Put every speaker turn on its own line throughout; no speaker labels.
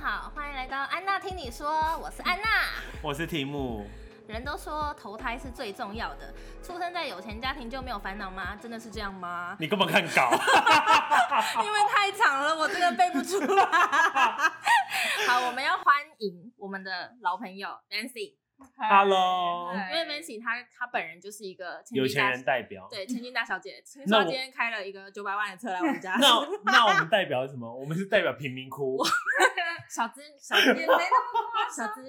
好，欢迎来到安娜听你说，我是安娜。
我是提姆，
人都说投胎是最重要的，出生在有钱家庭就没有烦恼吗？真的是这样吗？
你干嘛看 稿？
因为太长了，我真的背不出 来。好，我们要欢迎我们的老朋友 Nancy，
Hello
因为 Nancy 她她本人就是一个千金
有
大
钱人代表。
对千金大小姐，听
那
说
我
今天开了一个九百万的车来我们家，
那那我们代表什么？ 我们是代表贫民窟。
小资小资没那么啊 小资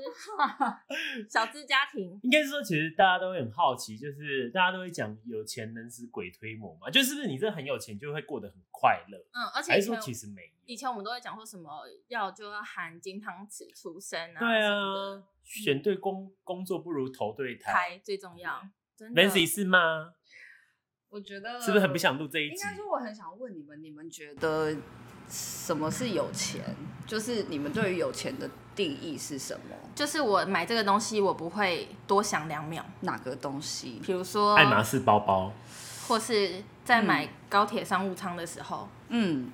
小资家庭，
应该是说，其实大家都会很好奇，就是大家都会讲有钱能使鬼推磨嘛，就是不是你这很有钱就会过得很快乐，
嗯，而且
还
以
是说
前
其实没
以
有？
前我们都会讲说什么要就要含金汤匙出生啊，
对
什么
啊
的，
选对工工作不如投对啊台。
胎最重要，真的。
Nancy 是吗？
我觉
嗯
得
是不是很不？想录这一
应
集？
该说我很想问你们，你们觉得什么是有钱？就是你们对于有钱的定义是什么？
就是我买这个东西，我不会多想两秒，
哪个东西？
比如说，
爱马仕包 包，
或是在买高铁商务舱的时候，
嗯，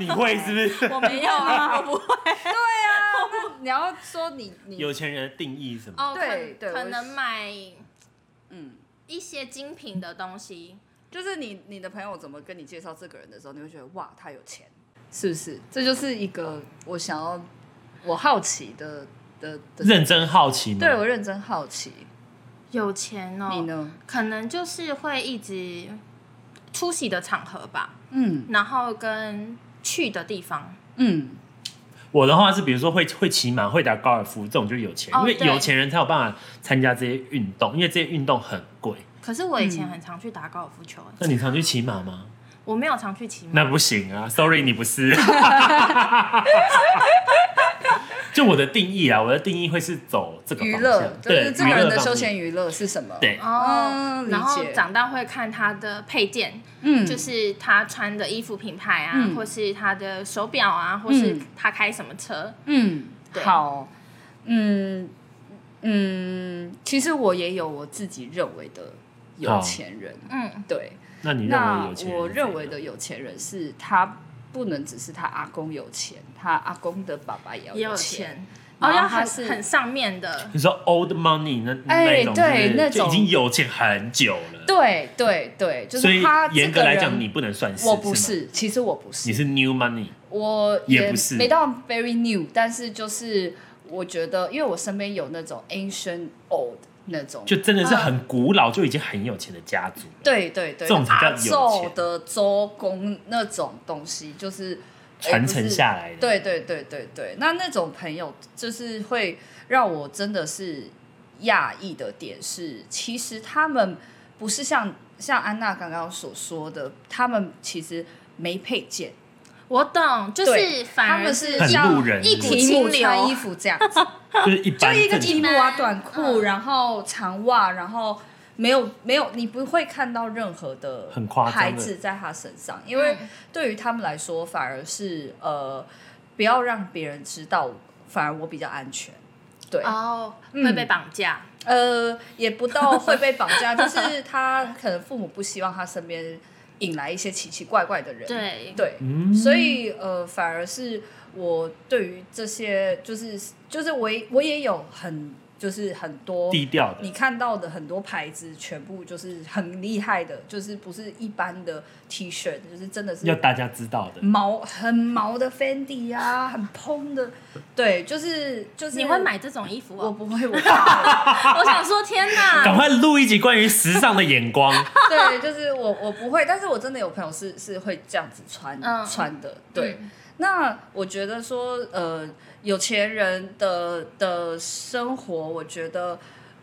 你会是不是？
我没有啊，我不会。
啊 你要说你你
有钱人的定义是什么？
哦，可
对对
可
我
能
是
买
嗯，
一些精品的东西，
就是你你的朋友怎么跟你介绍这个人的时候，你会觉得哇，他有钱，是不是？这就是一个我想要我好奇的的的，
认真好奇吗？
对我认真好奇。
有钱哦。
你呢？
可能就是会一直出席的场合吧，
嗯
然后跟去的地方。
嗯，
我的话是，比如说会会骑马、会打高尔夫这种就有钱，
哦
因为
对
有钱人才有办法参加这些运动，因为这些运动很贵。
可是我以前很常去打高尔夫球，
嗯那你常去骑马吗？
我没有常去骑马。
那不行啊，sorry，你不 是。就我的定义啊，我的定义会是走这个
娱
方
乐
向，
就是
对，
这个人的
娱乐方面
休闲娱乐是什么？，
对，
哦
嗯，理解
然后长大会看他的配件，
嗯，
就是他穿的衣服品牌啊，
嗯
或是他的手表啊，或是
嗯
他开什么车。
嗯，
对
好，嗯嗯，其实我也有我自己认为的有钱人，啊
嗯，
对。
那你认为
那
有钱人？
我认为的有钱人是他不能只是他阿公有钱，他阿公的爸爸也要
也有
钱。
钱，
然
哦，
后
要
他
很
是
很上面的。
你说 old money 那
哎
那种，
对
就是
那
就
种
已经有钱很久了，
对对对，就
所以
是他这
严格
个
来讲，
人，
你不能算是，
我不
吗，
是，其实我不
你
是，
是 new money，
我
也不是
没到 very new，但是就是我觉得，因为我身边有那种 ancient old 那种，
就真的是很古老，就已经很有钱的家族了。
对对对，
这种才叫
阿
有钱
宙的周公那种东西，就是
传承。下来的。
哎不是对对对对对，那那种朋友就是会让我真的是讶异的点是，其实他们不是像像安娜刚刚所说的，他们其实没配件，
我懂，就是
对
反
他
而
们
是
是
很
像
路人
一股
题目
清
穿衣
流。
服这样子，
就是一
就
般
一个
正
吉
常
姆
嗯
啊，短裤，
嗯
然后长袜，然后没有没有，你不会看到任何的
很夸张的嗯
牌子在他身上，因为对于他们来说，反而是呃，不要让别人知道，反而我比较安全。对，
啊
哦，
嗯
会被绑架。
呃，也不到会被绑 架，就是他可能父母不希望他身边引来一些奇奇怪怪的人。
对，
对，
嗯
所以呃，反而是我对于这些，就是就是我也我也有很就是很多
低调的
你。看到的很多牌子，全部就是很厉害的，就是不是一般的 T 恤，就是真的是
要大家知道的，
毛很毛的 Fendi 啊，很蓬的，对，就是就是
你会？买这种衣服
我
哦？
不会，我不会
我想说，天哪！
赶快录一集关于时尚的眼 光。
对，就是我我不会，但是我真的有朋友是是会这样子穿、
嗯
穿的，对，那我觉得说，呃，有钱人的的生活，我觉得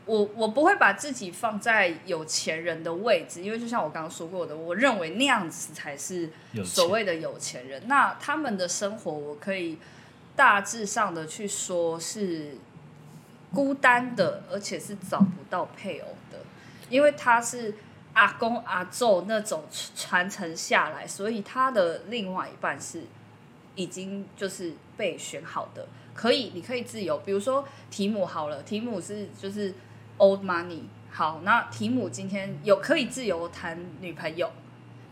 我我不会把自己放在有钱人的位置，因为就像我刚刚说过的，我认为那样子才是
有钱
所谓的有钱人。那他们的生活，我可以大致上的去说是孤单的，而且是找不到配偶的，因为他是阿公阿宙那种传承下来，所以他的另外一半是已经就是被选好的，可以你可以自由。比如说提姆好了，提姆是就是 old money，好，那提姆今天有可以自由谈女朋友，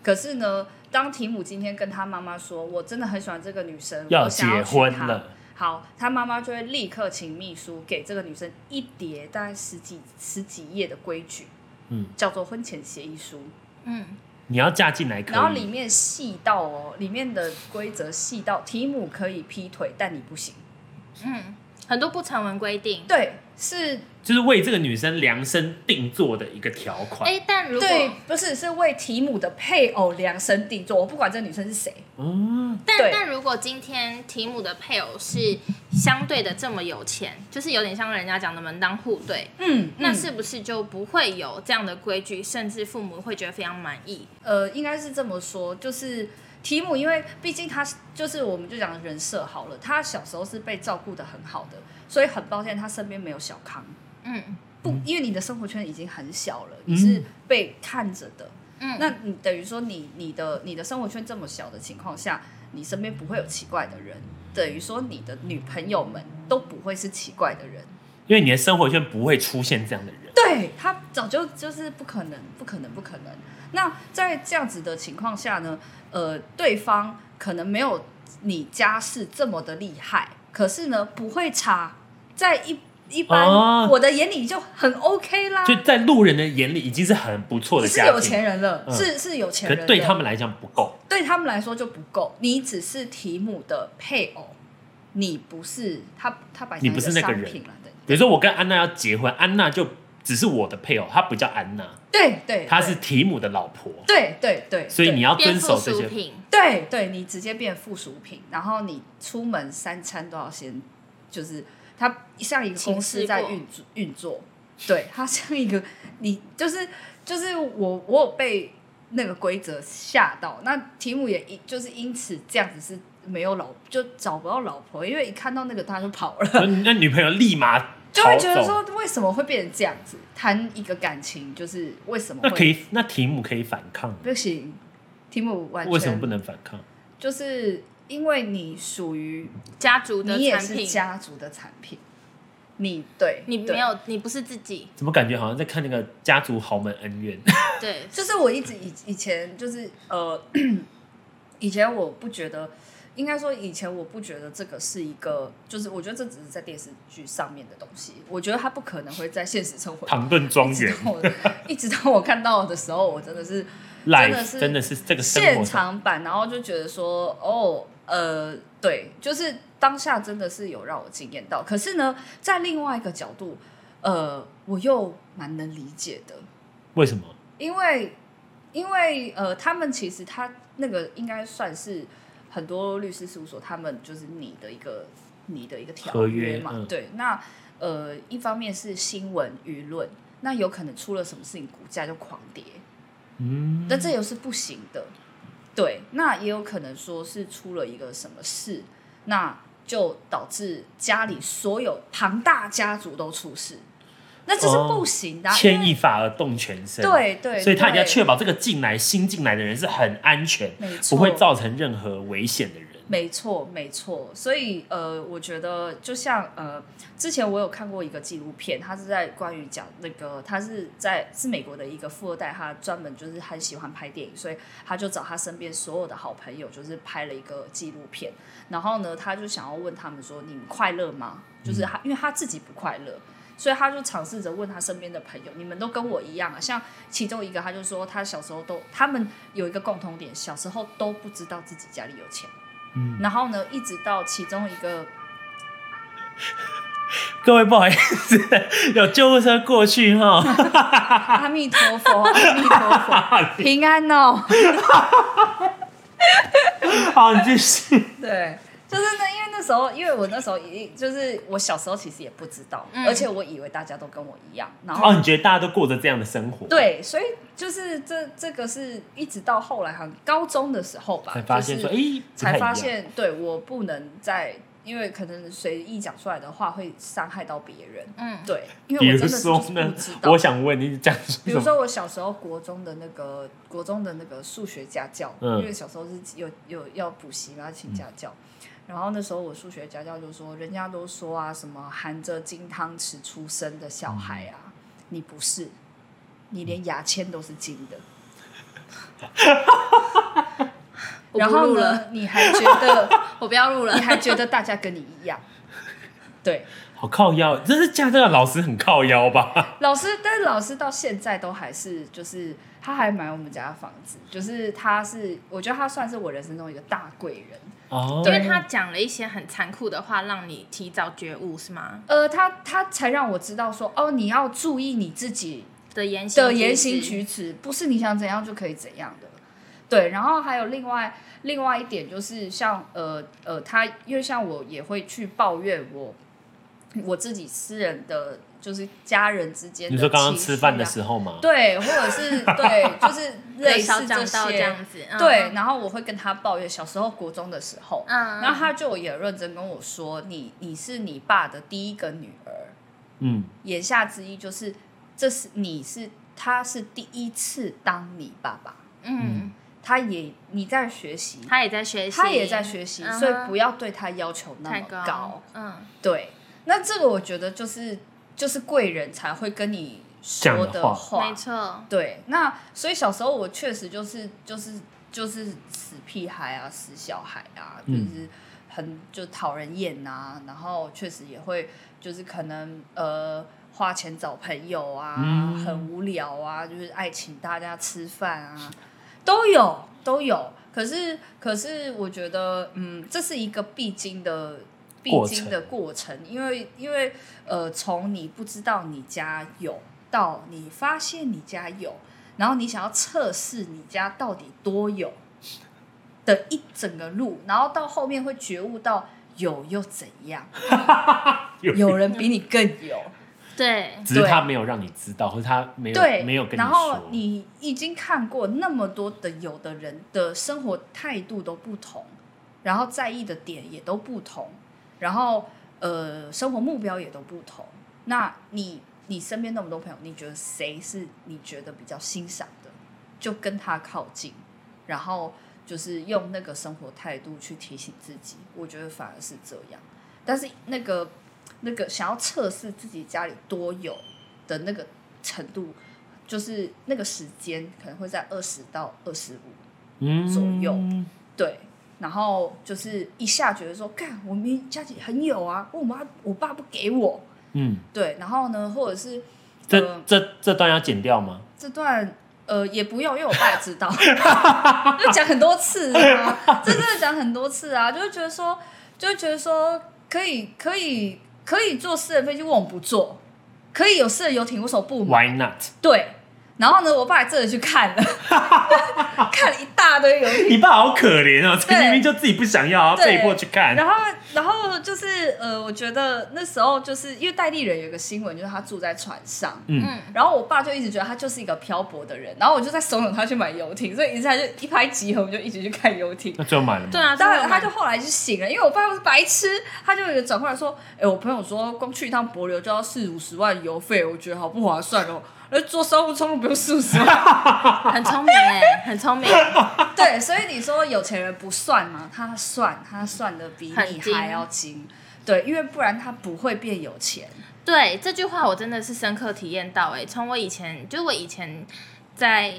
可是呢，当提姆今天跟他妈妈说，我真的很喜欢这个女生，
要
我想
结
要娶
婚
她
了，
好，他妈妈就会立刻请秘书给这个女生一叠大概十几十几页的规矩，
嗯，
叫做婚前协议书。
嗯，
你要嫁进来可以，
然后里面细到哦，里面的规则细到提姆可以劈腿，但你不行。
嗯，很多不成文规定。
对，是
就是为这个女生量身定做的一个条款。
哎、但如果
对，不是是为提姆的配偶量身定做。我不管这女生是谁，
嗯，
但
对
但如果今天提姆的配偶是相对的这么有钱，就是有点像人家讲的门当户对，
嗯，
那是不是就不会有这样的规矩？甚至父母会觉得非常满意。
呃，应该是这么说，就是提姆，因为毕竟他是就是我们就讲人设好了，他小时候是被照顾的很好的，所以很抱歉他身边没有小康。
嗯
不，因为你的生活圈已经很小了，你是被看着的。
嗯，
那你等于说你你的你的生活圈这么小的情况下，你身边不会有奇怪的人，等于说你的女朋友们都不会是奇怪的人。
因为你的生活圈不会出现这样的人。
对他早就就是不可能，不可能，不可能。那在这样子的情况下呢，呃，对方可能没有你家世这么的厉害，可是呢不会差，在一一般、
哦
我的眼里就很 OK 啦。
就在路人的眼里已经是很不错
你
的
是
家
有
庭，
钱人了，
嗯
是是有钱
可
人
是
了，
对他们来讲不够。
对他们来说就不够，你只是提姆的配偶，你不是他他把
你不是那个
商
人
品了，对
比如说我跟安娜要结婚，安娜就只是我的配偶，她不叫安娜，
对对，
她是提姆的老婆，
对对对，
所以
对
你要
变
遵
附
守这
属
些。
品。
对对，你直接变附属品，然后你出门三餐都要先，就是它像一个公
请
司
示
在
过
运作运作，对，它像一个你就是就是我我有被那个规则吓到，那题目也因就是因此这样子是没有老就找不到老婆，因为一看到那个他就跑了。
那那女朋友立马
就会
逃
觉得
走
说，为什么会变成这样子？谈一个感情，就是为什么
那
会
可以，那提姆可以反抗吗，
不行？题目完全
为什么不？能反抗？
就是因为你属于
家族的
你也
产
是
品，
家族的产品，你对，
你
对
没，有，你不是自己，
怎么感觉好像在看那个家族豪门恩怨？
对，
就是我一直以以前就是 呃，以前我不觉得，应该说以前我不觉得这个是一个，就是我觉得这只是在电视剧上面的东西，我觉得它不可能会在现实生活。
唐顿庄
一直
园
到我一直到我看到的时候，我真的是真的
life
是
真的是这个生
现
活上，
场版，然后就觉得说，哦，呃，对，就是当下真的是有让我惊艳到。可是呢，在另外一个角度，呃，我又蛮能理解的，
为什么？
因为因为呃，他们其实他那个应该算是很多律师事务所他们就是你的一个你的一个条
合约
嘛，
嗯
对。那呃，一方面是新闻舆论，那有可能出了什么事情，股价就狂跌。
嗯，
但这又是不行的。对，那也有可能说是出了一个什么事，那就导致家里所有庞大家族都出事，那这是
哦
不行的啊、因
牵
为
一发而动全身，，
对对，
所以他也要
对
确保这个进来新进来的人是很安全，
没错
不会造成任何危险的人。
没错，没错。所以呃，我觉得就像呃，之前我有看过一个纪录片，它是在关于讲那个，他是在是美国的一个富二代，他专门就是很喜欢拍电影，所以他就找他身边所有的好朋友，就是拍了一个纪录片。然后呢，他就想要问他们说：“你们快乐吗？”就是他，因为他自己不快乐。所以他就尝试着问他身边的朋友：“你们都跟我一样啊？”像其中一个，他就说他小时候都，他们有一个共同点，小时候都不知道自己家里有钱。然后呢，一直到其中一个，
各位不好意思， 有救护车过去哈，
阿弥陀佛，阿弥陀佛，平安哦。
好，你继续。
对，就是那因为那时候，因为我那时候也就是我小时候其实也不知道，
嗯
而且我以为大家都跟我一样， 然后、
哦，你觉得大家都过着这样的生活？，
对，所以就是这这个是一直到后来好像高中的时候吧，
才发现说，
就是
哎，不太
才
一
发
样，
现对我不能再，因为可能随意讲出来的话会伤害到别人。
嗯，
对，因
比
为我
如
真的是就
说
是
呢
不知，道
我。想问你讲
比
什
如
么？
说我小时候国中的那个国中的那个数学家教，
嗯
因为小时候是有有要补习嘛，请家教。然后那时候我数学家教就说，人家都说啊，什么含着金汤匙出生的小孩
嗯
啊，你不是，你连牙签都是金的。
我不
然后
录
呢
了，
你还觉得
我不要录了
你。还觉得大家跟你一样？对，
好靠腰，真是家教的老师很靠腰吧？
老师，但是老师到现在都还是，就是他还买我们家的房子，就是他是，我觉得他算是我人生中一个大贵人。
哦，
因为他讲了一些很残酷的话，让你提早觉悟是吗？
呃，他他才让我知道说，哦，你要注意你自己
的言行
的
举
言
止
行举止，不是你想怎样就可以怎样的。对，然后还有另外另外一点就是像呃呃，他因为像我也会去抱怨我我自己私人的，就是家人之间的、
你
情
说刚刚吃饭的
绪
时
啊
候吗？
对，或者是对，就是类
有
似
小
这
讲到这
些。
样子，嗯
对，，然后我会跟他抱怨小时候国中的时候，
嗯，
然后他就也认真跟我说：“你你是你爸的第一个女儿，
嗯，
言下之意就是这是你是他是第一次当你爸爸，
嗯，
他也你在学习，
他也在学习，
他也在学习，
嗯哼
所以不要对他要求那
太
么高。
嗯，
对，那这个我觉得就是就是贵人才会跟你
讲
说
的话
话，
没错，
对，那所以小时候我确实就是就是就是死屁孩啊，死小孩啊，就
嗯
是很就讨人厌啊，然后确实也会就是可能呃花钱找朋友啊，
嗯
很无聊啊，就是爱请大家吃饭啊，都有都有。可是可是我觉得嗯，这是一个必经的。必
过
经
程
的过程，因为因为呃，从你不知道你家有到你发现你家有，然后你想要测试你家到底多有的一整个路，然后到后面会觉悟到有又怎 样，有人比你更有，
对，
只是
对
他没有让你知道，或者他没有
对，
没有跟
然
说
后。你已经看过那么多的有的人的生活态度都不同，然后在意的点也都不同，然后呃生活目标也都不同。那你你身边那么多朋友，你觉得谁是你觉得比较欣赏的，就跟他靠近，然后就是用那个生活态度去提醒自己。我觉得反而是这样，但是那个那个想要测试自己家里多有的那个程度，就是那个时间可能会在二十到二十五，
嗯
左右对。然后就是一下觉得说，干，我们家里很有啊，我妈我爸不给我，
嗯，
对。然后呢，或者是
这
呃
这这段要剪掉吗？
这段呃也不用，因为我爸也知道， 就讲很多次啊，这真的讲很多次啊，就会觉得说，就会觉得说可以可以可以坐私人飞机，为什么不坐？可以有私人游艇，为什么不买？
Why not？
对。然后呢，我爸还真的去看了，看了一大堆游艇。
你爸好可怜哦，
对
这明明就自己不想要，然后
对
被迫去看。
然后，然后就是呃，我觉得那时候就是因为戴立人有一个新闻，就是他住在船上，
嗯，
嗯，
然后我爸就一直觉得他就是一个漂泊的人，然后我就在怂恿他去买游艇，所以一下就一拍即合，我们就一起去看游艇。
那最后买了吗？
对啊，
当然，
这个
他就后来就醒了，因为我爸又是白痴，他就有转过来说：“哎、我朋友说光去一趟柏流就要四五十万油费，我觉得好不划算哦。那坐商务舱不用四五十万。
很聪明哎，很聪明，
对，所以你说有钱人不算吗？他算，他算的比
很
你
精
还要精。对，因为不然他不会变有钱。
对这句话，我真的是深刻体验到哎、从我以前，就是我以前在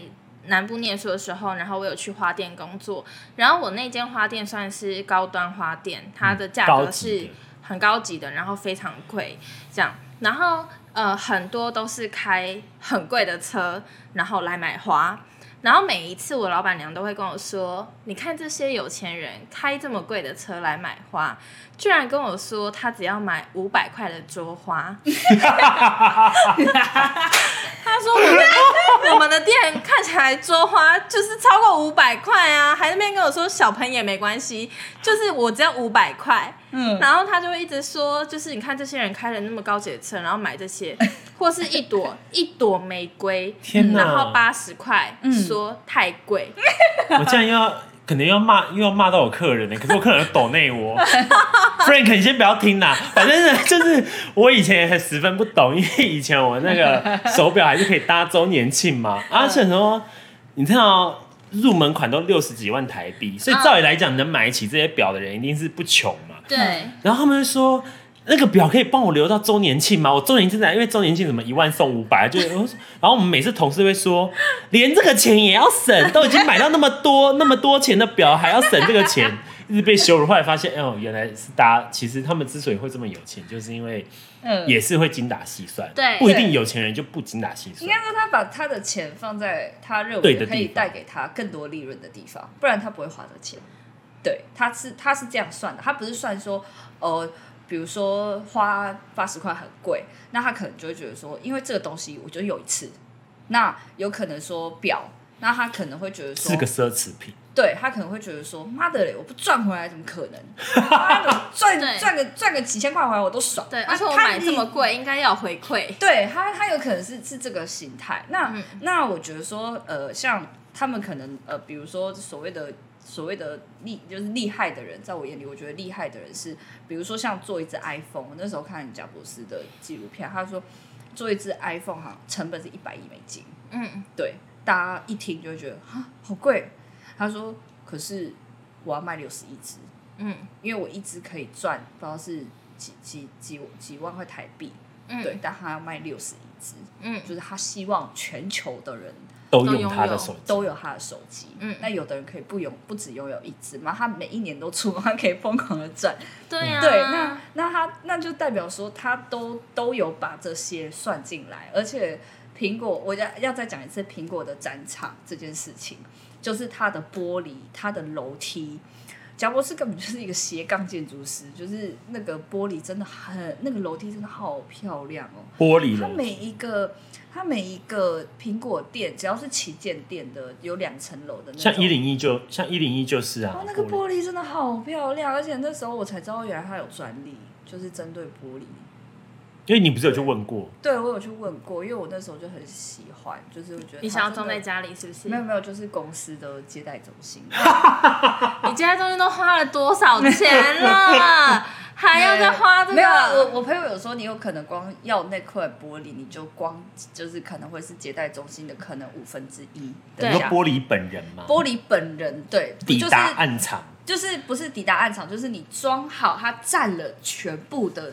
南部念书的时候，然后我有去花店工作，然后我那间花店算是高端花店，它的价
嗯高
格
级
是
的
很高级的，然后非常贵这样，然后呃很多都是开很贵的车，然后来买花。然后每一次我老板娘都会跟我说：“你看这些有钱人开这么贵的车来买花，居然跟我说他只要买五百块的桌 花。他说我们的我们的店看起来桌花就是超过五百块啊，还在那边跟我说小盆也没关系，就是我只要五百块。
嗯，
然后他就会一直说，就是你看这些人开了那么高级的车，然后买这些，或是一朵一朵玫瑰，
天哪
然后八十块，
嗯
说太贵，
我竟然又要，可能又要骂，又要骂到我客人呢。可是我客人又抖内我，Frank，你先不要听啦。反正呢，就是我以前也十分不懂，因为以前我那个手表还是可以搭周年庆嘛。而且说，你知道入门款都六十几万台币，所以照理来讲，能买起这些表的人一定是不穷嘛。
对，
然后他们就说。那个表可以帮我留到周年庆吗？我周年庆在，因为周年庆怎么一万送五百，就然后我们每次同事会说，连这个钱也要省，都已经买到那么多那么多钱的表，还要省这个钱，一直被羞辱。后来发现，哦，原来是大家其实他们之所以会这么有钱，就是因为
嗯，
也是会精打细算，
对
不一定有钱人就不精打细
应
算
该。说他把他的钱放在他认
对的
为可
地
以
方
带给他更多利润的地方，不然他不会花这钱。对，他是他是这样算的，他不是算说呃，比如说花八十块很贵，那他可能就会觉得说，因为这个东西我就有一次，那有可能说表，那他可能会觉得说
是个奢侈品，
对他可能会觉得说，妈的嘞，我不赚回来怎么可能？妈的，赚
对
赚个赚个几千块回来我都爽。
对，
啊
而且我
他
买这么贵，应该要有回馈。
对他，他有可能是是这个心态。那、
嗯
那我觉得说，呃，像他们可能呃，比如说所谓的所谓的厉，就是厉害的人，在我眼里，我觉得厉害的人是，比如说像做一只 iPhone，我那时候看贾博士的纪录片，他说做一只 iPhone 哈，成本是一百亿美金。
嗯，
对，大家一听就会觉得啊，好贵。他说，可是我要卖六十一只，
嗯，
因为我一只可以赚不知道是几几几几万块台币，
嗯
对，但他要卖六十一只，
嗯
就是他希望全球的人
都
都
用
拥
他的
有
手机，
都有他的手机，
嗯
那有的人可以不用不只拥有一只嘛，他每一年都出，他可以疯狂的赚，
对呀、啊，
对，那那他那就代表说他都都有把这些算进来，而且苹果，我要要再讲一次苹果的展场这件事情，就是它的玻璃、它的楼梯。贾博士根本就是一个斜杠建筑师，就是那个玻璃真的很，那个楼梯真的好漂亮哦。
玻璃
它
楼
每一个，它每一个苹果店，只要是旗舰店的，有两层楼的那种，
像一零一就像一零一就是啊
哦，，那个
玻璃
玻璃真的好漂亮，而且那时候我才知道原来它有专利，就是针对玻璃。
因为你不是有去问过，
对我有去问过，因为我那时候就很喜欢，就是我觉得
你
它
想要
真
装
的
在。家里是不是？
没有没有，就是公司的接待中心，
你家中间都花了多少钱 了？ 还要再花这
没有啊
个？
我我朋友有说，你有可能光要那块玻璃，你就光就是可能会是接待中心的可能五分之一
对啊
你说
的价
玻璃本人嘛，
玻璃本人对，
抵
就是
达暗场，
就是不是抵达暗场，就是你装好，它占了全部的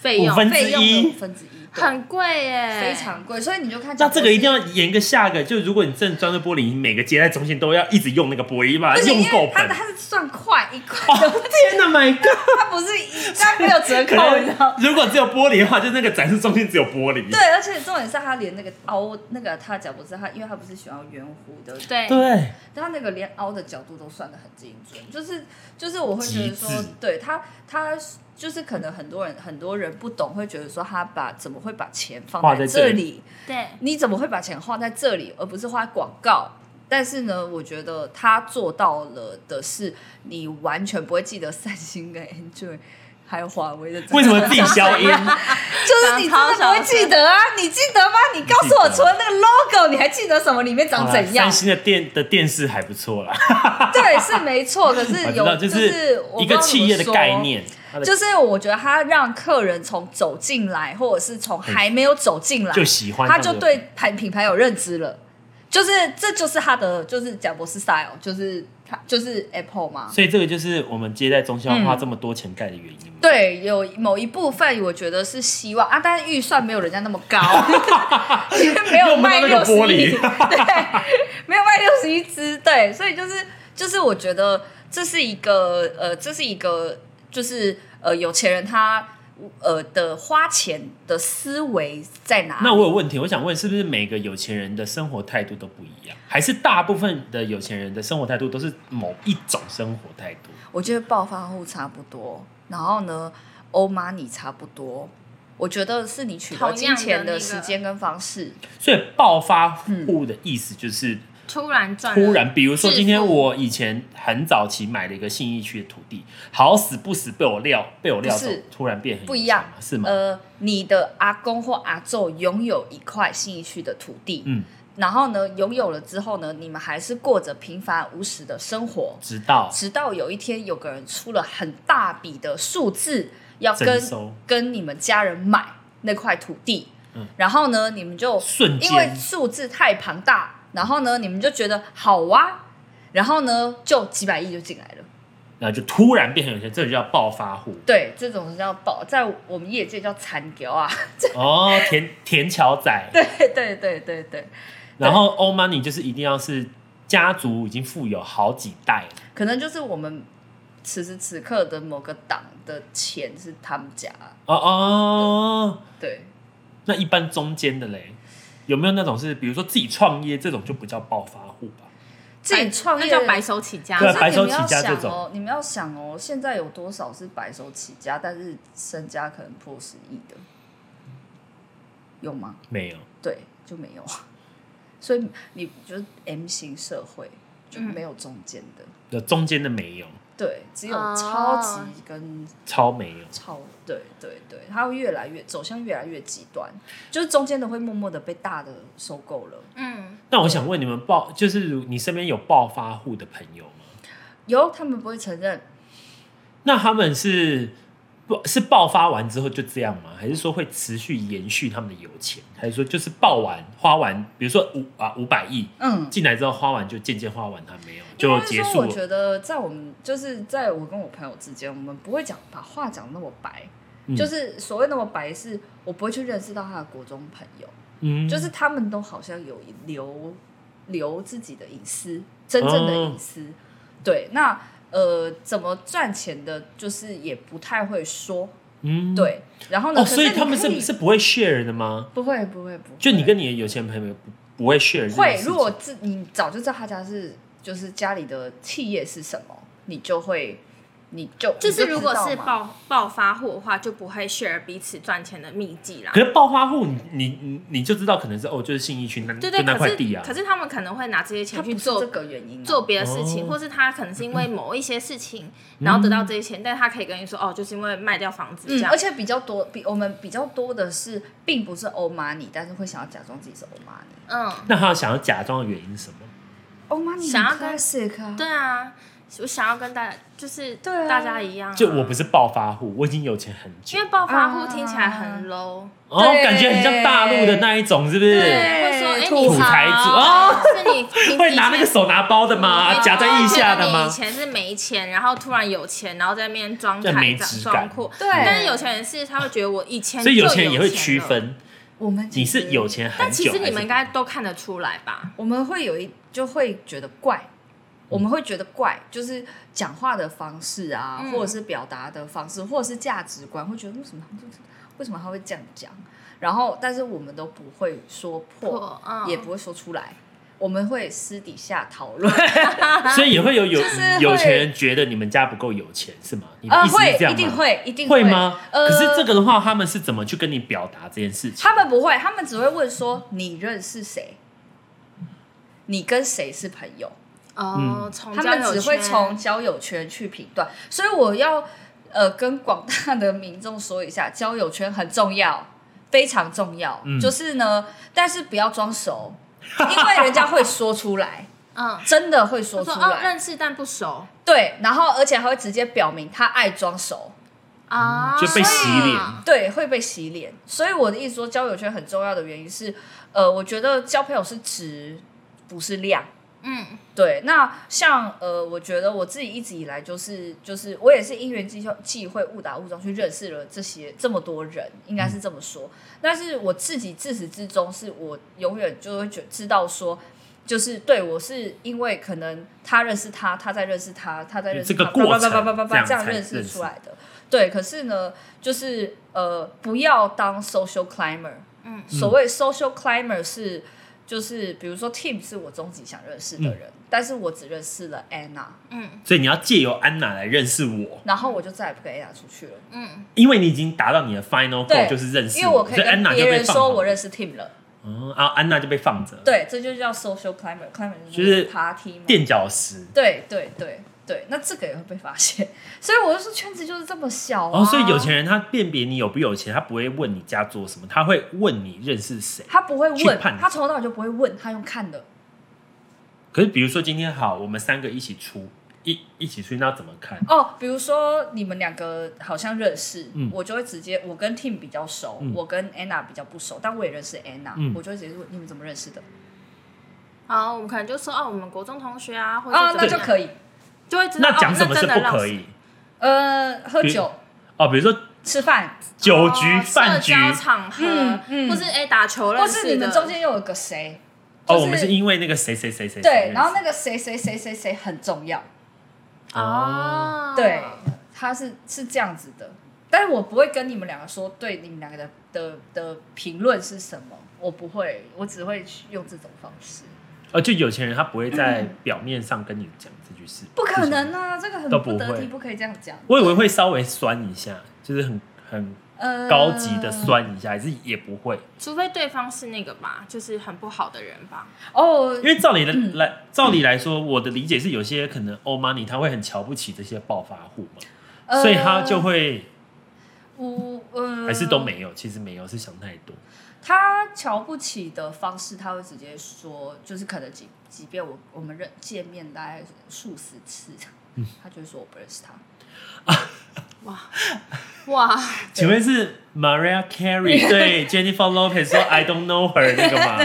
费用
五分之
费用
一
的五分之一，对
很贵耶，
非常贵，所以你就看
那这个一定
要
要严个下个，就如果你真的装着玻璃，你每个接待中心都要一直用那个玻璃，把它用够
它
本。
它是算块一块，
哦天哪，My God！
它不是一，它没有折
可
扣，你知道吗。
能如果只有玻璃的话，就那个展示中心只有玻璃。
对，而且重点是他连那个凹那个他脚不是他，因为他不是喜欢圆弧的，
对
对，
他那个连凹的角度都算的很精准，就是就是我会觉得说
极致，
对他他就是可能很多人很多人不懂，会觉得说他把怎么会把钱放
画在
在
这
这
里
里，
对，
你怎么会把钱花在这里，而不是花在广告？但是呢，我觉得他做到了的是，你完全不会记得三星跟 Enjoy 还有华为的。
为什么自己消 音？
就是你真的不会记得啊？你记得吗？你告诉我，
记得
除了那个 logo，你还记得什么？里面
好
长
啦
怎样
啊 三？星的电的电视还不错啦，
对，是没错。可
我
是
知道，
有
就是
我
一
不知
个
道怎么
企业的
说
概。念，它的
就是我觉得他让客人从走进来，或者是从还没有走进来
就喜欢
他
上
就
这个
对牌品牌有认知了。就是这就是他的就是贾博士 style，就是他就是 Apple 嘛。
所以这个就是我们接待中心要
嗯
花这么多钱盖的原因嘛。
对，有某一部分我觉得是希望啊，但是预算没有人家那么 高，因为没有
用不
卖
到那个
六十
玻
一，
璃
对，没有卖六十一只，对，所以就是就是我觉得这是一个呃，这是一个就是呃有钱人他呃的花钱的思维在哪里？
那我有问题，我想问，是不是每个有钱人的生活态度都不一样，还是大部分的有钱人的生活态度都是某一种生活态度？
我觉得暴发户差不多，然后呢，欧玛尼差不多。我觉得是你取
同
得
样的
金钱
那
的
个
时间跟方式，
所以暴发户的意思
嗯
就是
突然赚，
突然，比如说
致
今天
富
我以前很早期买了一个信义区的土地，好死不死被我料被我料
不
走
是，
突然变很
不
有
一
钱
样
嘛是吗？
呃，你的阿公或阿昼拥有一块信义区的土地，
嗯，
然后呢，拥有了之后呢，你们还是过着平凡无实的生活，
直到
直到有一天有个人出了很大笔的数字，要跟
征收
跟你们家人买那块土地，
嗯
然后呢，你们就
瞬间
因为数字太庞大，然后呢，你们就觉得好啊，然后呢，就几百亿就进来了。
然后就突然变很有钱，这就叫暴发 户
对，这种叫爆，在我们业界叫残屌啊。
哦，田田桥仔。
对对对对对，
然后欧 money 就是一定要是家族已经富有好几代了，
可能就是我们此时此刻的某个党的钱是他们家，
哦哦，
对，
那一般中间的嘞，有没有那种是比如说自己创业这种就不叫暴发户吧？
自己创业
那叫白手起家。
对啊
可是
白手
你们要
起家这
想
种
哦，你们要想哦，现在有多少是白手起家，但是身家可能破十亿的，有吗？
没有，
对，就没有。啊所以你就是 M 型社会，就没有中间的，
有中间的没有，
对，只有
哦
超级跟
超没有。
超，对对对，它会越来越走向越来越极端，就是中间的会默默的被大的收购了。
嗯，
那我想问你们暴，就是如你身边有暴发户的朋友吗？
有，他们不会承认，
那他们是不是爆发完之后就这样吗？还是说会持续延续他们的有钱？还是说就是爆完花完，比如说五啊五百亿
嗯，
进来之后花完就渐渐花完，他没有就结
应该
束
说我
了。
觉得在我们就是在我跟我朋友之间，我们不会讲把话讲那么白，
嗯
就是所谓那么白，是我不会去认识到他的国中朋友，
嗯，
就是他们都好像有留留自己的隐私，真正的
哦
隐私。对，那呃，怎么赚钱的，就是也不太会说。
嗯。
对，然后呢？
哦，
可
所以
你
他们
可
是是不会 share 的吗？
不会不会不会，
就你跟你的有钱朋友不不会 share 这件
会
事，情
如果自你早就知道他家是就是家里的企业是什么，你就会你就
就是
你知
如果是
道嘛
暴暴发户的话，就不会 share 彼此赚钱的秘籍啦
可。是暴发户你，你你你就知道可能是哦，就是信义区那
对
就
对，
那
可
块
是
地啊，
可是他们可能会拿这些钱
他不
去
是
做
这个原因啊、
做别的事情，
哦嗯
或是他可能是因为某一些事情，然后得到这些钱，但他可以跟你说哦，就是因为卖掉房子这
嗯，
样
而。且比较多，比我们比较多的是，并不是欧玛尼，但是会想要假装自己是欧玛尼。
嗯，
那他想要假装的原因是什么？
欧玛尼
想要跟
classic 啊，
对啊，我想要跟大家就是
对啊
大家一样啊，
就我不是暴发户，我已经有钱很久
因，为暴发户听起来
啊
很 low，
哦，
对
感觉很像大陆的那一种，是不是？
对，会说哎
土
你
财主哦
好，是你平时
会拿那个手拿包的吗？
以前
夹在腋下的
你以
吗？
前是没钱，然后突然有钱，然后在那边装
这没
凯
质
装
感
酷。
对
但是有钱人是他会觉得我以前
所以
就
有
有
钱人也会
钱
区
了。
分，
我们
你
其实
是有，钱很
但其
久，
实你们应
还
该都看得出来吧？
我们会有一就会觉得怪，
嗯
我们会觉得怪，就是讲话的方式啊，
嗯
或者是表达的方式，或者是价值观，会觉得为什么他们就是为什么他会这样讲？然后，但是我们都不会说破，
破嗯
也不会说出来，我们会私底下讨论。
是所以也会有有
啊就是会
有钱人觉得你们家不够有钱是吗？ 你的
呃，
意思
会
是这样
一定会一定
会吗？
呃
可是这个的话，他们是怎么去跟你表达这件事情？
他们不会，他们只会问说你认识谁，你跟谁是朋友，
嗯
哦，从
他
交
们
友
只会
圈
从交友圈去评断。所以我要呃跟广大的民众说一下，交友圈很重要，非常重要。
嗯
就是呢，但是不要装熟，因为人家会说出来，
嗯，
真的会说
我
出
说哦
来。
认识但不熟
对，然后而且还会直接表明他爱装熟。
啊，
就被洗脸
对，会被洗脸。所以我的意思说，交友圈很重要的原因是，呃，我觉得交朋友是值，不是量。
嗯
对，那像呃，我觉得我自己一直以来就是就是我也是因缘际际会误打误撞去认识了这些这么多人，应该是这么
嗯
说。但是我自己自始至终是我永远就会觉知道说。就是对我是因为可能他认识他，他在认识他，他在认识
这
他，
个过程
叭叭叭叭叭叭叭
这
这
样
样
才
认识
认识
出来的。对，可是呢，就是呃，不要当 social climber。
嗯
所谓 social climber 是就是比如说 Tim 是我终极想认识的
嗯
人，但是我只认识了 Anna，
嗯
所以你要借由安娜来认识我，
然后我就再也不跟 Anna 出去了，
嗯，因
因为你已经达到你的 final
对
goal，就是认识
因为我可
所
以
以安
跟
娜就
别
被
人
放
说我
着。
认识 Tim 了，
嗯，啊，安娜就被放着，
对，这就叫 social climber climber
就是
party 嘛，
垫脚石。
对对对对，那这个也会被发现，所以我就说圈子就是这么小、啊，
哦，所以有钱人他辨别你有不有钱，他不会问你家做什么，他会问你认识谁。
他不会
去
问，
判
他从头到尾就不会问，他用看的。
可是比如说今天好，我们三个一起出，一一起出，那怎么看？
哦，比如说你们两个好像认识，
嗯
我就会直接，我跟 Tim 比较熟，
嗯
我跟 Anna 比较不熟，但我也认识 Anna，、
嗯
我就会直接问你们怎么认识的，
好，我们可能就说哦，我们国中同学啊，或者
啊，那
怎
就
么样
可以，
就会知道
那讲什么
哦、
是
那真
不
的
可
让
以？
呃，喝
比
酒、
哦，比如说
吃饭，
酒局、
哦
饭局
社，交场合，
嗯嗯
或是哎、打球认
或
识的，
是你们中间又有个谁，
哦，
就是
我们是因为那个谁谁谁谁
对，然后
那
那个谁谁谁谁谁很重要，
哦，
对，他是是这样子的，但是我不会跟你们两个说对你们两个的的的评论是什么，我不会，我只会去用这种方式，
哦，就有钱人他不会在表面上跟你讲这句事，
嗯不可能啊，这个很
都不
得体，
会
不可以这样讲，
我以为会稍微酸一下，就是很很
呃，
高级的酸一下，还是也不会，
除非对方是那个吧，就是很不好的人吧。
哦
因，为照理来
嗯
来，照理来说，我的理解是有些可能欧 money 他会很瞧不起这些暴发户嘛，
呃
所以他就会
我呃
还是都没有，其实没有是想太多，
他瞧不起的方式，他会直接说，就是可能即即便我我们认见面大概数十次，
嗯
他就会说我不认识他。
哇，
请问是 Maria Carey 对 Jennifer Lopez 说 I don't know her 那个吗？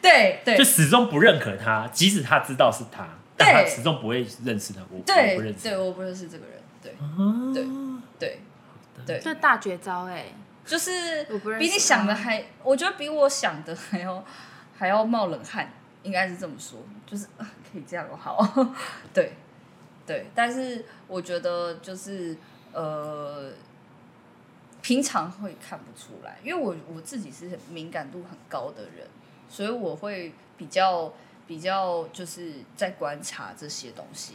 对对
就始终不认可他，即使他知道是他，但他始终不会认识他，我我不
对
认识
对，我不认识这个人。对
他。
对
啊
对对，
这大绝招哎、
就是
我不认识
比你想的还，我觉得比我想的还要还要冒冷汗，应该是这么说，就是呃可以这样哦，好， 对对，但是我觉得就是呃，平常会看不出来，因为我我自己是敏感度很高的人，所以我会比较比较就是在观察这些东西，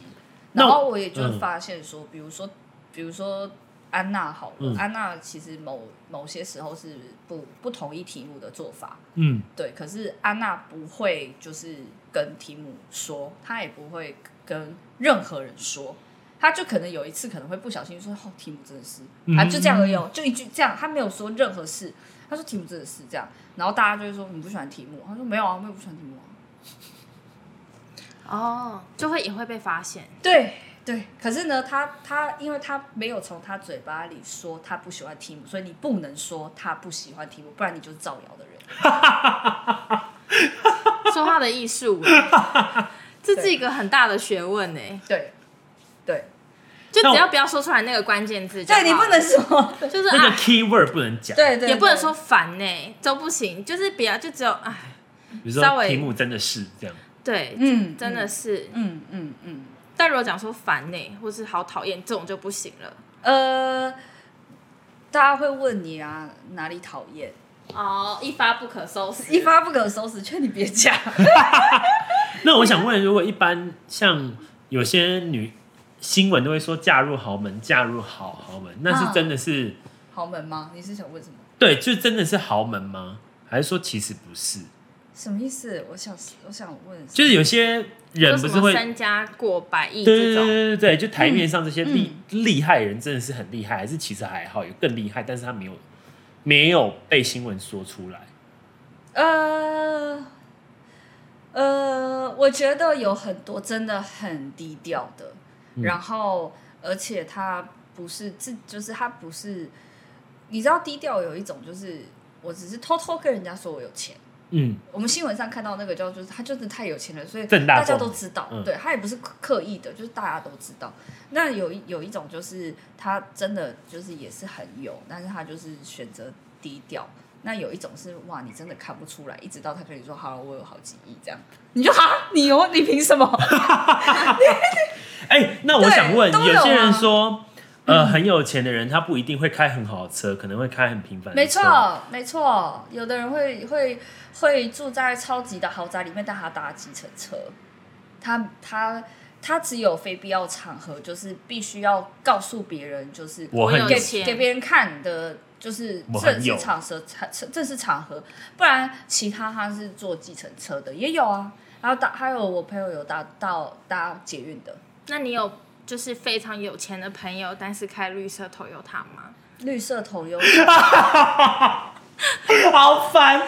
那
然
我
后我也就
嗯
发现说，比如说比如说安娜好了，
嗯
安娜其实某某些时候是不不同意题目的做法，
嗯，
对，可是安娜不会就是跟题目说，她也不会跟任何人说。她就可能有一次可能会不小心说哦，题目真的是
嗯
啊，就这样而已、哦，就一句这样，她没有说任何事，她说题目真的是这样，然后大家就会说你不喜欢题目，她说没有啊，我也不喜欢题目啊，
哦，就会也会被发现。
对对，可是呢，他他因为他没有从他嘴巴里说他不喜欢题目，所以你不能说他不喜欢题目，不然你就是造谣的人。
说话的艺术， 这是一个很大的学问呢、
对对
就
那
只
我
要不要说出来那个关键字就好
对，
了，
你不能说，
就是
那个
啊，
key word 不能讲，
对对，
也不能
对
说烦呢、都不行，就是不要，就只有哎，
比如
稍
说
微
题目真的是这样，
对，
嗯，
真的是。
嗯，嗯嗯嗯，
但如果讲说烦呢、或是好讨厌，这种就不行了。
呃，大家会问你啊，哪里讨厌？
哦，一发不可收拾，
一发不可收拾，劝你别讲。
那我想问，如果一般像有些女新闻都会说嫁入豪门，嫁入好豪门，那是真的是、
豪门吗？你是想问什么？
对，就真的是豪门吗？还是说其实不是？
什么意思？我想我想问，
就是有些人
说
不是
什么
会
身家过百亿
对
这
对对
种，
对对，就台面上这些厉厉、害人真的是很厉害，还是其实还好，有更厉害，但是他没有没有被新闻说出来。
呃呃，我觉得有很多真的很低调的，然后而且他不是自，就是他不是，你知道低调有一种就是，我只是偷偷跟人家说我有钱。
嗯，
我们新闻上看到那个叫就是他就是太有钱了，所以
正大
大家
众
都知道，
嗯
对他也不是刻意的，就是大家都知道。那有一有一种就是他真的就是也是很有，但是他就是选择低调。那有一种是哇，你真的看不出来，一直到他跟你说好，我有好几亿这样，你就哈，你有你凭什么？
哎、那我想问，
对都有
有些人
啊
说，呃，很有钱的人他不一定会开很好的车，可能会开很平凡的
没
车。
错，没错，有的人会会会住在超级的豪宅里面，但他搭计程车，他他他只有非必要场合，就是必须要告诉别人，就是
我很
我有
给
有
钱
给别人看的，就是
我很
正
有
式场合，场正式场合，不然其他他是坐计程车的也有啊，然后搭还有我朋友有搭到搭捷运的
那你有就是非常有钱的朋友，但是开绿色 Toyota 吗？
绿色头 油，
好烦，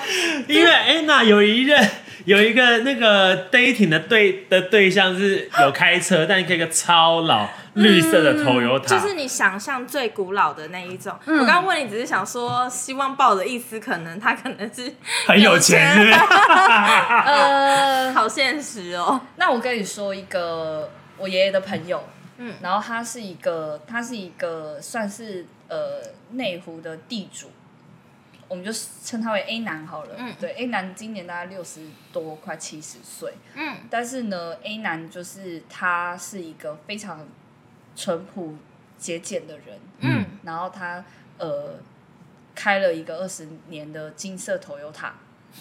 因为 Anna 有一任有一个那个 dating 的对的对象是有开车，但是开一个超老绿色
嗯
的头油
啊
就
塔，
是你想象最古老的那一种。我刚刚问你，只是想说，希望抱着一丝可能，他可能是
很有钱，是不是？
呃，
好现实哦。
那我跟你说一个我爷爷的朋友，
嗯
然后他是一个，他是一个算是呃内湖的地主，我们就称他为 A 男好了。
嗯
对，A 男今年大概六十多，快七十岁。
嗯
但是呢，A 男就是他是一个非常淳朴节俭的人，
嗯
然后他呃开了一个二十年的金色 Toyota，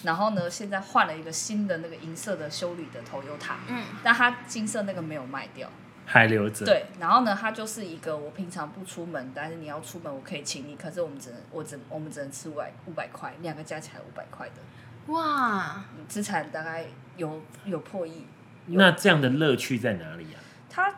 然后呢现在换了一个新的那个银色的修理的 Toyota，
嗯
但他金色那个没有卖掉。
还留着。，
对，然后呢，他就是一个我平常不出门，但是你要出门我可以请你，可是我们只能我只我们只能吃五百五百块，两个加起来五百块的
哇，
嗯资产大概有有破亿。
那这样的乐趣在哪里啊？
他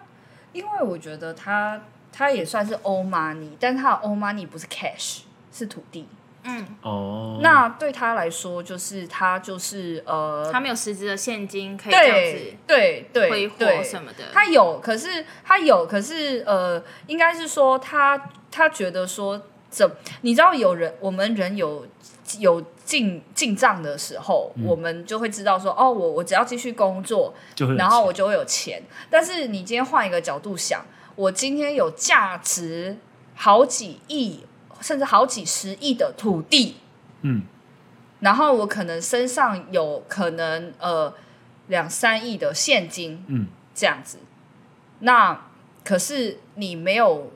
因为我觉得他他也算是欧 money，但他的欧 money 不是 cash，是土地。
嗯，
哦，
那对他来说，就是他就是呃，
他没有实质的现金可以这样
对
子
对对
挥
对
霍什么的，
他有，可是他有，可是呃，应该是说他他觉得说怎，你知道有人我们人有有进进账的时候，我们就会知道说哦，我我只要继续工作，
就会有
然后我就会有钱。但是你今天换一个角度想，我今天有价值好几亿甚至好几十亿的土地，
嗯，
然后我可能身上有可能呃两三亿的现金，
嗯，
这样子。那可是你没有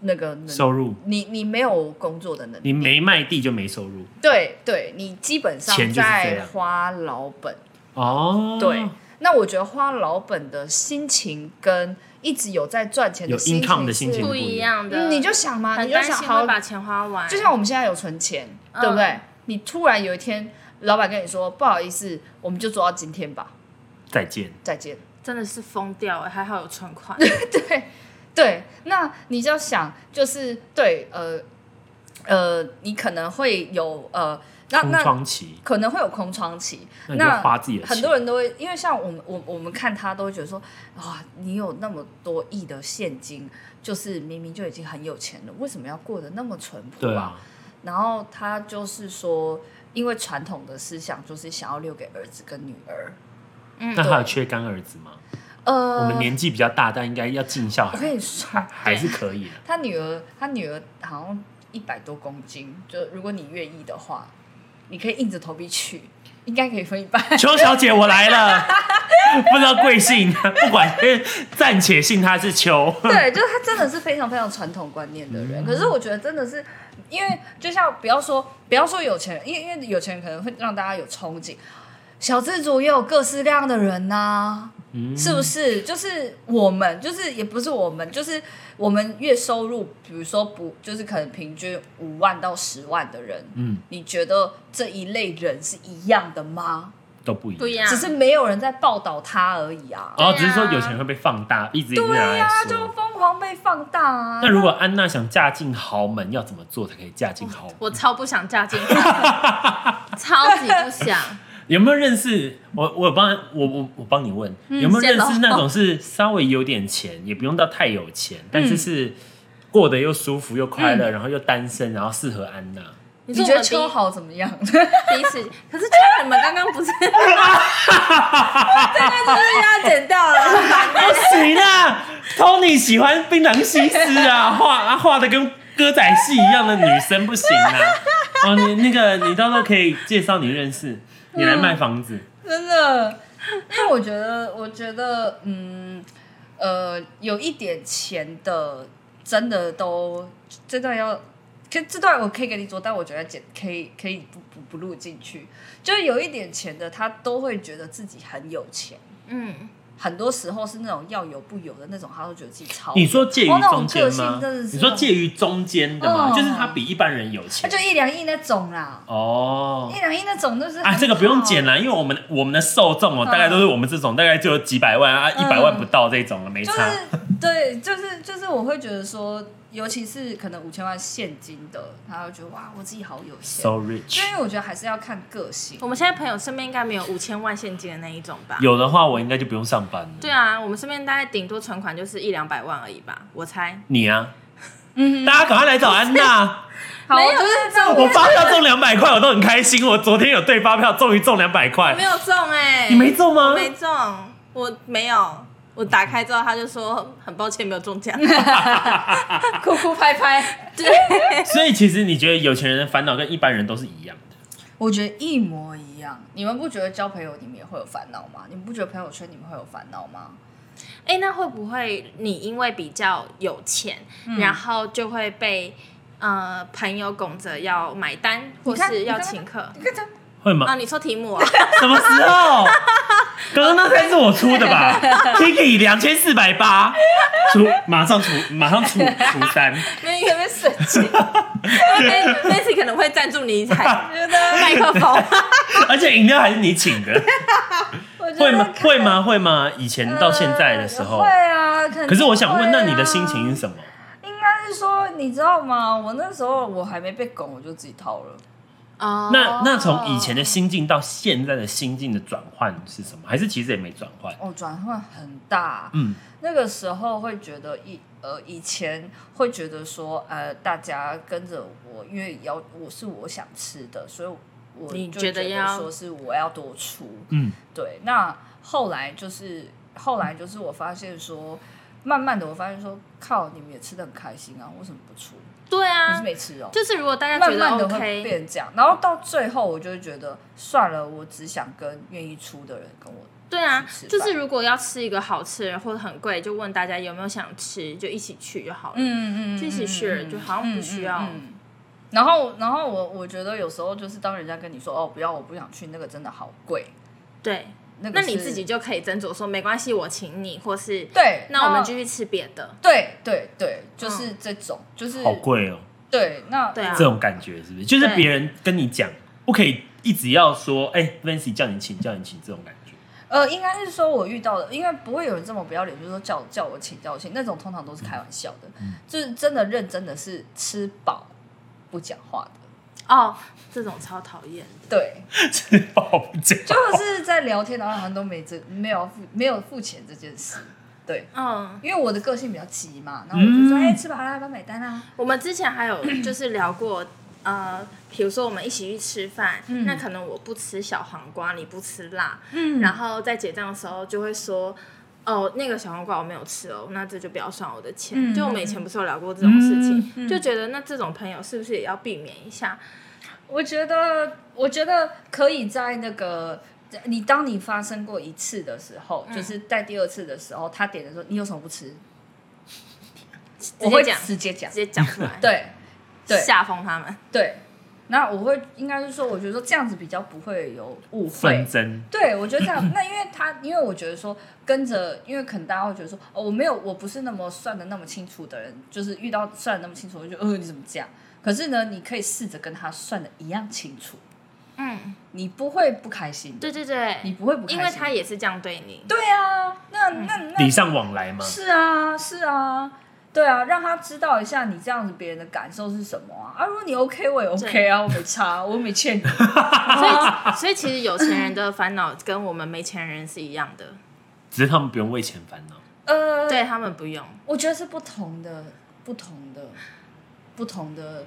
那个能，
收入，
你你没有工作的能力，
你没卖地就没收入
对对，你基本上
钱就是这
在
样
花老本。
哦。
对，那我觉得花老本的心情跟一直有在赚钱
有
的心
income
情
的心
是
情
不一样的，
嗯你就想嘛，
很
你就
担
想
心
好
会把钱花完，
就像我们现在有存钱，
嗯
对不对？你突然有一天，老板跟你说不好意思，我们就做到今天吧，
再见。
再见。
真的是疯掉哎，还好有存款，
对对，那你就要想，就是对呃呃，你可能会有呃，那
空
那
窗期，
可能会有空窗期，
那你就
那
花自己的钱。
很多人都会，因为像我们我我们看他都会觉得说，哇，你有那么多亿的现金，就是明明就已经很有钱了，为什么要过得那么淳朴、
对啊，
然后他就是说，因为传统的思想就是想要留给儿子跟女儿。
嗯
那，还有缺干儿子吗？
呃，
我们年纪比较大，但应该要尽孝
我
还
跟你说，
还是可以的。
他女儿，他女儿好像一百多公斤，就如果你愿意的话，你可以硬着头皮去，应该可以分一半。
邱小姐，我来 了。不知道贵姓，不管暂且信她是邱。
对，就是他真的是非常非常传统观念的
嗯
人。可是我觉得真的是，因为就像不要说不要说有钱人，因为因为有钱人可能会让大家有憧憬，小资族也有各式各样的人呐、
嗯
是不是？就是我们，就是也不是我们，就是我们月收入，比如说不就是可能平均五万到十万的人，
嗯，
你觉得这一类人是一样的吗？
都不一样。
不一样，
只是没有人在报道他而已啊。
哦，
对啊
只是说有钱会被放大，一直一直拿
对
来
啊，就
说。
疯狂被放大啊。
那如果安娜想嫁进豪门，要怎么做才可以嫁进豪门？
我超不想嫁 进去，超级不想，
有没有认识我？我帮我我我帮你问，有没有认
谢喽
识那种是稍微有点钱，也不用到太有钱，但是是过得又舒服又快乐，然后又单身，然后适合安娜？
你
你
说
觉得
我
秋
们
豪怎么样？
彼此， 可是秋你们刚刚不 是，这个就是要剪掉 了，
不行啊，Tony 喜欢槟榔西施啊，画啊画的跟歌仔戏一样的女生不行啊。哦，你那个你到时候可以介绍你认识，你来卖房子。
真的，因为我觉得，我觉得，嗯，呃，有一点钱的，真的都这段要，可这段我可以跟你说，但我觉得剪可以可以不不不录进去。就是有一点钱的，他都会觉得自己很有钱，
嗯，
很多时候是那种要有不有的那种，他都觉得自己超。
你说介于
哦那种
中间
个性
吗
真的？是
你说介于中间的吗？
嗯
就是他比一般人有
他
钱
就。一两亿那种啦，
哦
一两亿那种就是嗯
啊，
很
这个不用
好
剪啦，因为我们我们的受众哦，大概都是我们这种，大概就有几百万啊，一百万不到这种了，没
嗯就是
差。
对，就是就是，我会觉得说，尤其是可能五千万现金的，然后觉得哇，我自己好有
So
钱。就
rich，
因为我觉得还是要看个性
我。们现在朋友身边应该没有五千万现金的那一种吧？
有的话我应该就不用上班了。
对啊，我们身边大概顶多存款就是一两百万而已吧，我猜。
你啊，
嗯，
大家赶快来找安 娜。
好，
没有
就是这样。
我发票中两百块，我都很开心。我昨天有对发票，终于中两百块
没。有中哎、
你没中吗
我？没中，我没有，我打开之后，他就说很抱歉没有中 奖。
哭哭拍拍，
所以其实你觉得有钱人的烦恼跟一般人都是一样的，
我觉得一模一样。你们不觉得交朋友你们也会有烦恼吗？你们不觉得朋友圈你们会有烦恼吗？
哎、那会不会你因为比较有钱，
嗯
然后就会被呃朋友拱着要买单，或
看
是
你
要
看
请客？
你看这样
会吗？
啊，你说题目 啊？
什么时候？刚刚那才是我出的 吧？Kiki 两千四百八，除马上除马上除除三，
没有，没有神经。Nancy 可能会赞助你一 台麦克风。
而且饮料还是你请 的，
我觉得
会吗？会吗？会吗？以前到现在的时候
啊会，啊，肯定
可是我想问，
会啊
那你的心情是什么？
应该是说，你知道吗？我那时候我还没被拱，我就自己掏了。
哦
那那从以前的心境到现在的心境的转换是什么？还是其实也没转换？
哦，转换很大。
嗯，
那个时候会觉得以呃以前会觉得说呃大家跟着我，因为要我是我想吃的，所以我
你
就
觉
觉
得要
说是我要多出。
嗯，
对。那后来就是后来就是我发现说，慢慢的我发现说，靠，你们也吃的很开心啊，为什么不出？
对
你是
啊，
没吃哦、
就是如果大家
慢
觉得
慢的
OK，
会变这样，然后到最后我就会觉得算了，我只想跟愿意出的人跟我
对啊
去，吃
就是
饭
如果要吃一个好吃的或者很贵，就问大家有没有想吃，就一起去就好了。
嗯嗯
就一起 share，就好像不需要
然后，然后我我觉得有时候就是当人家跟你说哦不要，我不想去，那个真的好贵，
对，
那个
那你
是
自己就可以斟酌说没关系，我请你，或是
对，
那我们继续吃别的。
对对对，就是这种，就是
好贵哦，
对，那
对啊
这种感觉是不是？就是别人跟你讲，不可以一直要说，哎，Vancy 叫你请，叫你请这种感觉。
呃，应该是说我遇到的，应该不会有人这么不要脸，就是说叫叫我请叫我请那种，通常都是开玩笑的，
嗯
就是真的认真的是吃饱不讲话的。
哦，这种超讨厌的。
对，
吃 饱不讲，
就是在聊天，然后好像都没这没有付没有付钱这件事。对，
嗯，
因为我的个性比较急嘛，然后我就说，
嗯
哎、吃饱啦，帮买单啊啦。
我们之前还 有就是聊过，呃，比如说我们一起去吃饭，
嗯
那可能我不吃小黄瓜，你不吃辣，
嗯
然后在结账的时候就会说。哦，那个小黄瓜我没有吃哦，那这就不要算我的钱。
嗯
就我们以前不是有聊过这种事情，
嗯嗯
就觉得那这种朋友是不是也要避免一下？
我觉得，我觉得可以在那个。你当你发生过一次的时候，就是在第二次的时候，他点的时候，你有什么不吃？我
直接
会
讲，直
直接讲，
接讲出来，
对，对
吓疯他们。
对。那我会应该是说，我觉得说这样子比较不会有误会
纷，争
对，我觉得这样。那因为他，因为我觉得说跟着，因为可能大家会觉得说，哦，我没有，我不是那么算的那么清楚的人，就是遇到算的那么清楚，我就觉得呃你怎么这样？可是呢，你可以试着跟他算的一样清楚，
嗯，
你不会不开心，
对对对，
你不会不开心，
因为他也嗯是这样对你。
对啊，那那那
礼尚往来嘛。
是啊是啊，对啊，让他知道一下你这样子别人的感受是什么啊？啊，如果你 OK，我也 OK 啊，我没差，我又没欠你。
所以，所以其实有钱人的烦恼跟我们没钱人是一样的，
只是他们不用为钱烦恼。
呃，
对他们不用。
我觉得是不同的，不同的，不同的。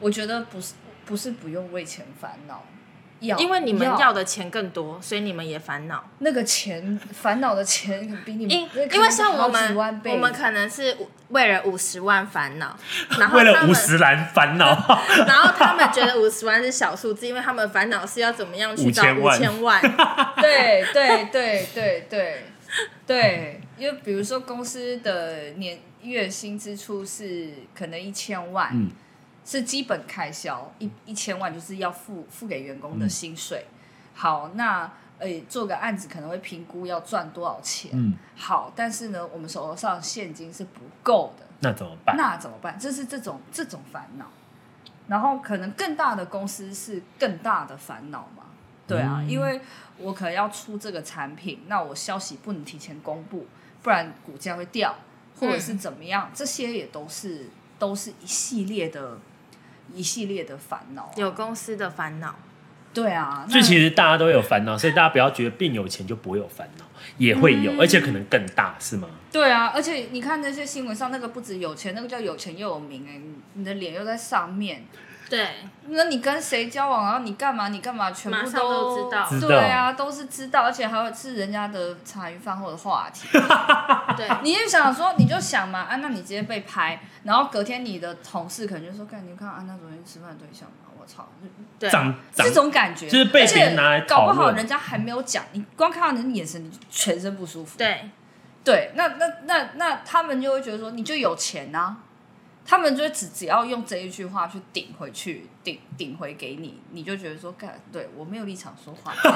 我觉得不是不是不用为钱烦恼，要
因为你们要
要
的钱更多，所以你们也烦恼。
那个钱烦恼的钱比你们
因
那可
因为
能
像我
好几
们
万，倍
我们嗯可能是为了五十万烦恼，然后
为了
他
五
们，
十兰烦恼，
然后他们觉得五十万是小数字，因为他们烦恼是要怎么样去找
5000
五
万
千万。
对对对对对对，因为比如说公司的年月薪支出是可能一千万，
嗯
是基本开销，一一千万就是要付付给员
嗯
工的薪水。好，那呃做个案子可能会评估要赚多少钱。
嗯，
好，但是呢，我们手头上现金是不够的，
那怎么办？
那怎么办？这是这种这种烦恼，然后可能更大的公司是更大的烦恼嘛？对啊，因为我可能要出这个产品，那我消息不能提前公布，不然股价会掉，或者是怎么样，这些也都是都是一系列的一系列的烦恼、啊。
有公司的烦恼，
对啊，
所
那
以其实大家都有烦恼，所以大家不要觉得变有钱就不会有烦恼，也会有，而且可能更大，是吗？
对啊，而且欸你看那些新闻上那个不止有钱，那个叫有钱又有名哎、你的脸又在上面，
对，
那你跟谁交往，然后你干嘛，你干嘛，全
马
部
上都知道
知道
对啊，都是知道，而且还有是人家的茶余饭后的话题。
对，
你也想说，你就想嘛，啊，那你今天被拍，然后隔天你的同事可能就说，干，你看安娜昨天吃饭的对象嘛，我操，
对，
长长
这种感觉，
就是被别人拿来
而且搞
讨
不
论
好人家还没有讲，你光看到你的眼神，你就全身不舒服。
对，
对，那那那那他们就会觉得说，你就有钱啊，他们就只只要用这一句话去顶回去，顶顶回给你，你就觉得说，干，对我没有立场说话，因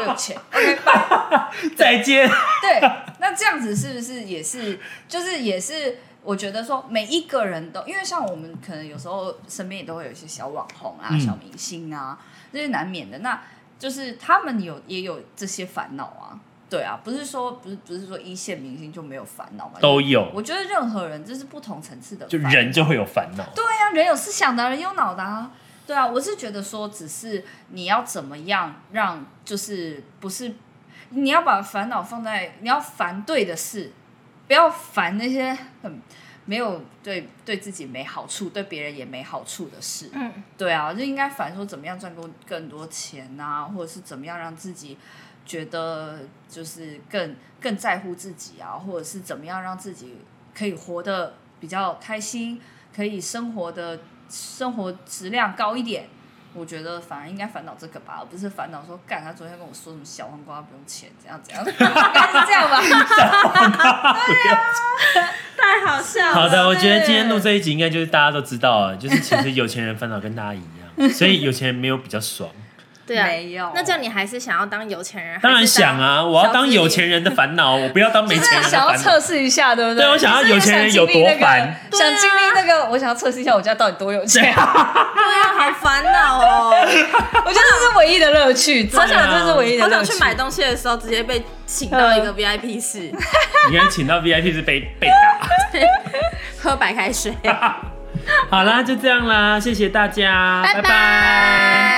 为我有钱。OK，拜。
再见，
对，那这样子是不是也是，就是也是，我觉得说每一个人都，因为像我们可能有时候身边也都会有一些小网红啊、
嗯
小明星啊，这是难免的。那就是他们有也有这些烦恼啊，对啊，不是说不是不是说一线明星就没有烦恼嘛，
都有，
我觉得任何人这是不同层次的
就
烦恼
人就会有烦恼。
对呀、人有思想的，人有脑的啊。对啊，我是觉得说，只是你要怎么样让，就是不是你要把烦恼放在你要烦对的事，不要烦那些很没有对对自己没好处，对别人也没好处的事。
嗯，
对啊，就应该反说怎么样赚更更多钱啊，或者是怎么样让自己觉得就是更更在乎自己啊，或者是怎么样让自己可以活得比较开心，可以生活的生活质量高一点。我觉得反而应该烦恼这个吧，而不是烦恼说干他昨天跟我说什么小黄瓜不用钱怎样怎 样，应该是这样 吧？
太好笑了。
好的，我觉得今天录这一集应该就是大家都知道了，就是其实有钱人烦恼跟大家一样，所以有钱人没有比较爽。
对啊，
没有
那这样你还是想要当有钱人？
当然想啊，我要当有钱
人。
人的烦恼，我不要当没
就
钱人
是
的
啊想要
烦
测
恼。
试一下，对不对？
对我想要有钱人有多烦
就是 想经历那个，想经历那个，我想要测试一下我家到底多有 钱。
对啊，好烦恼哦！
我觉得这是唯一的乐趣，
啊
真的，这是唯一的
好
嗯乐
想
趣
去。买东西的时候直接被请到一个 VIP 室
你看，请到 VIP 是被被打。
喝白开水。
好啦，就这样啦，谢谢大家，
拜
拜拜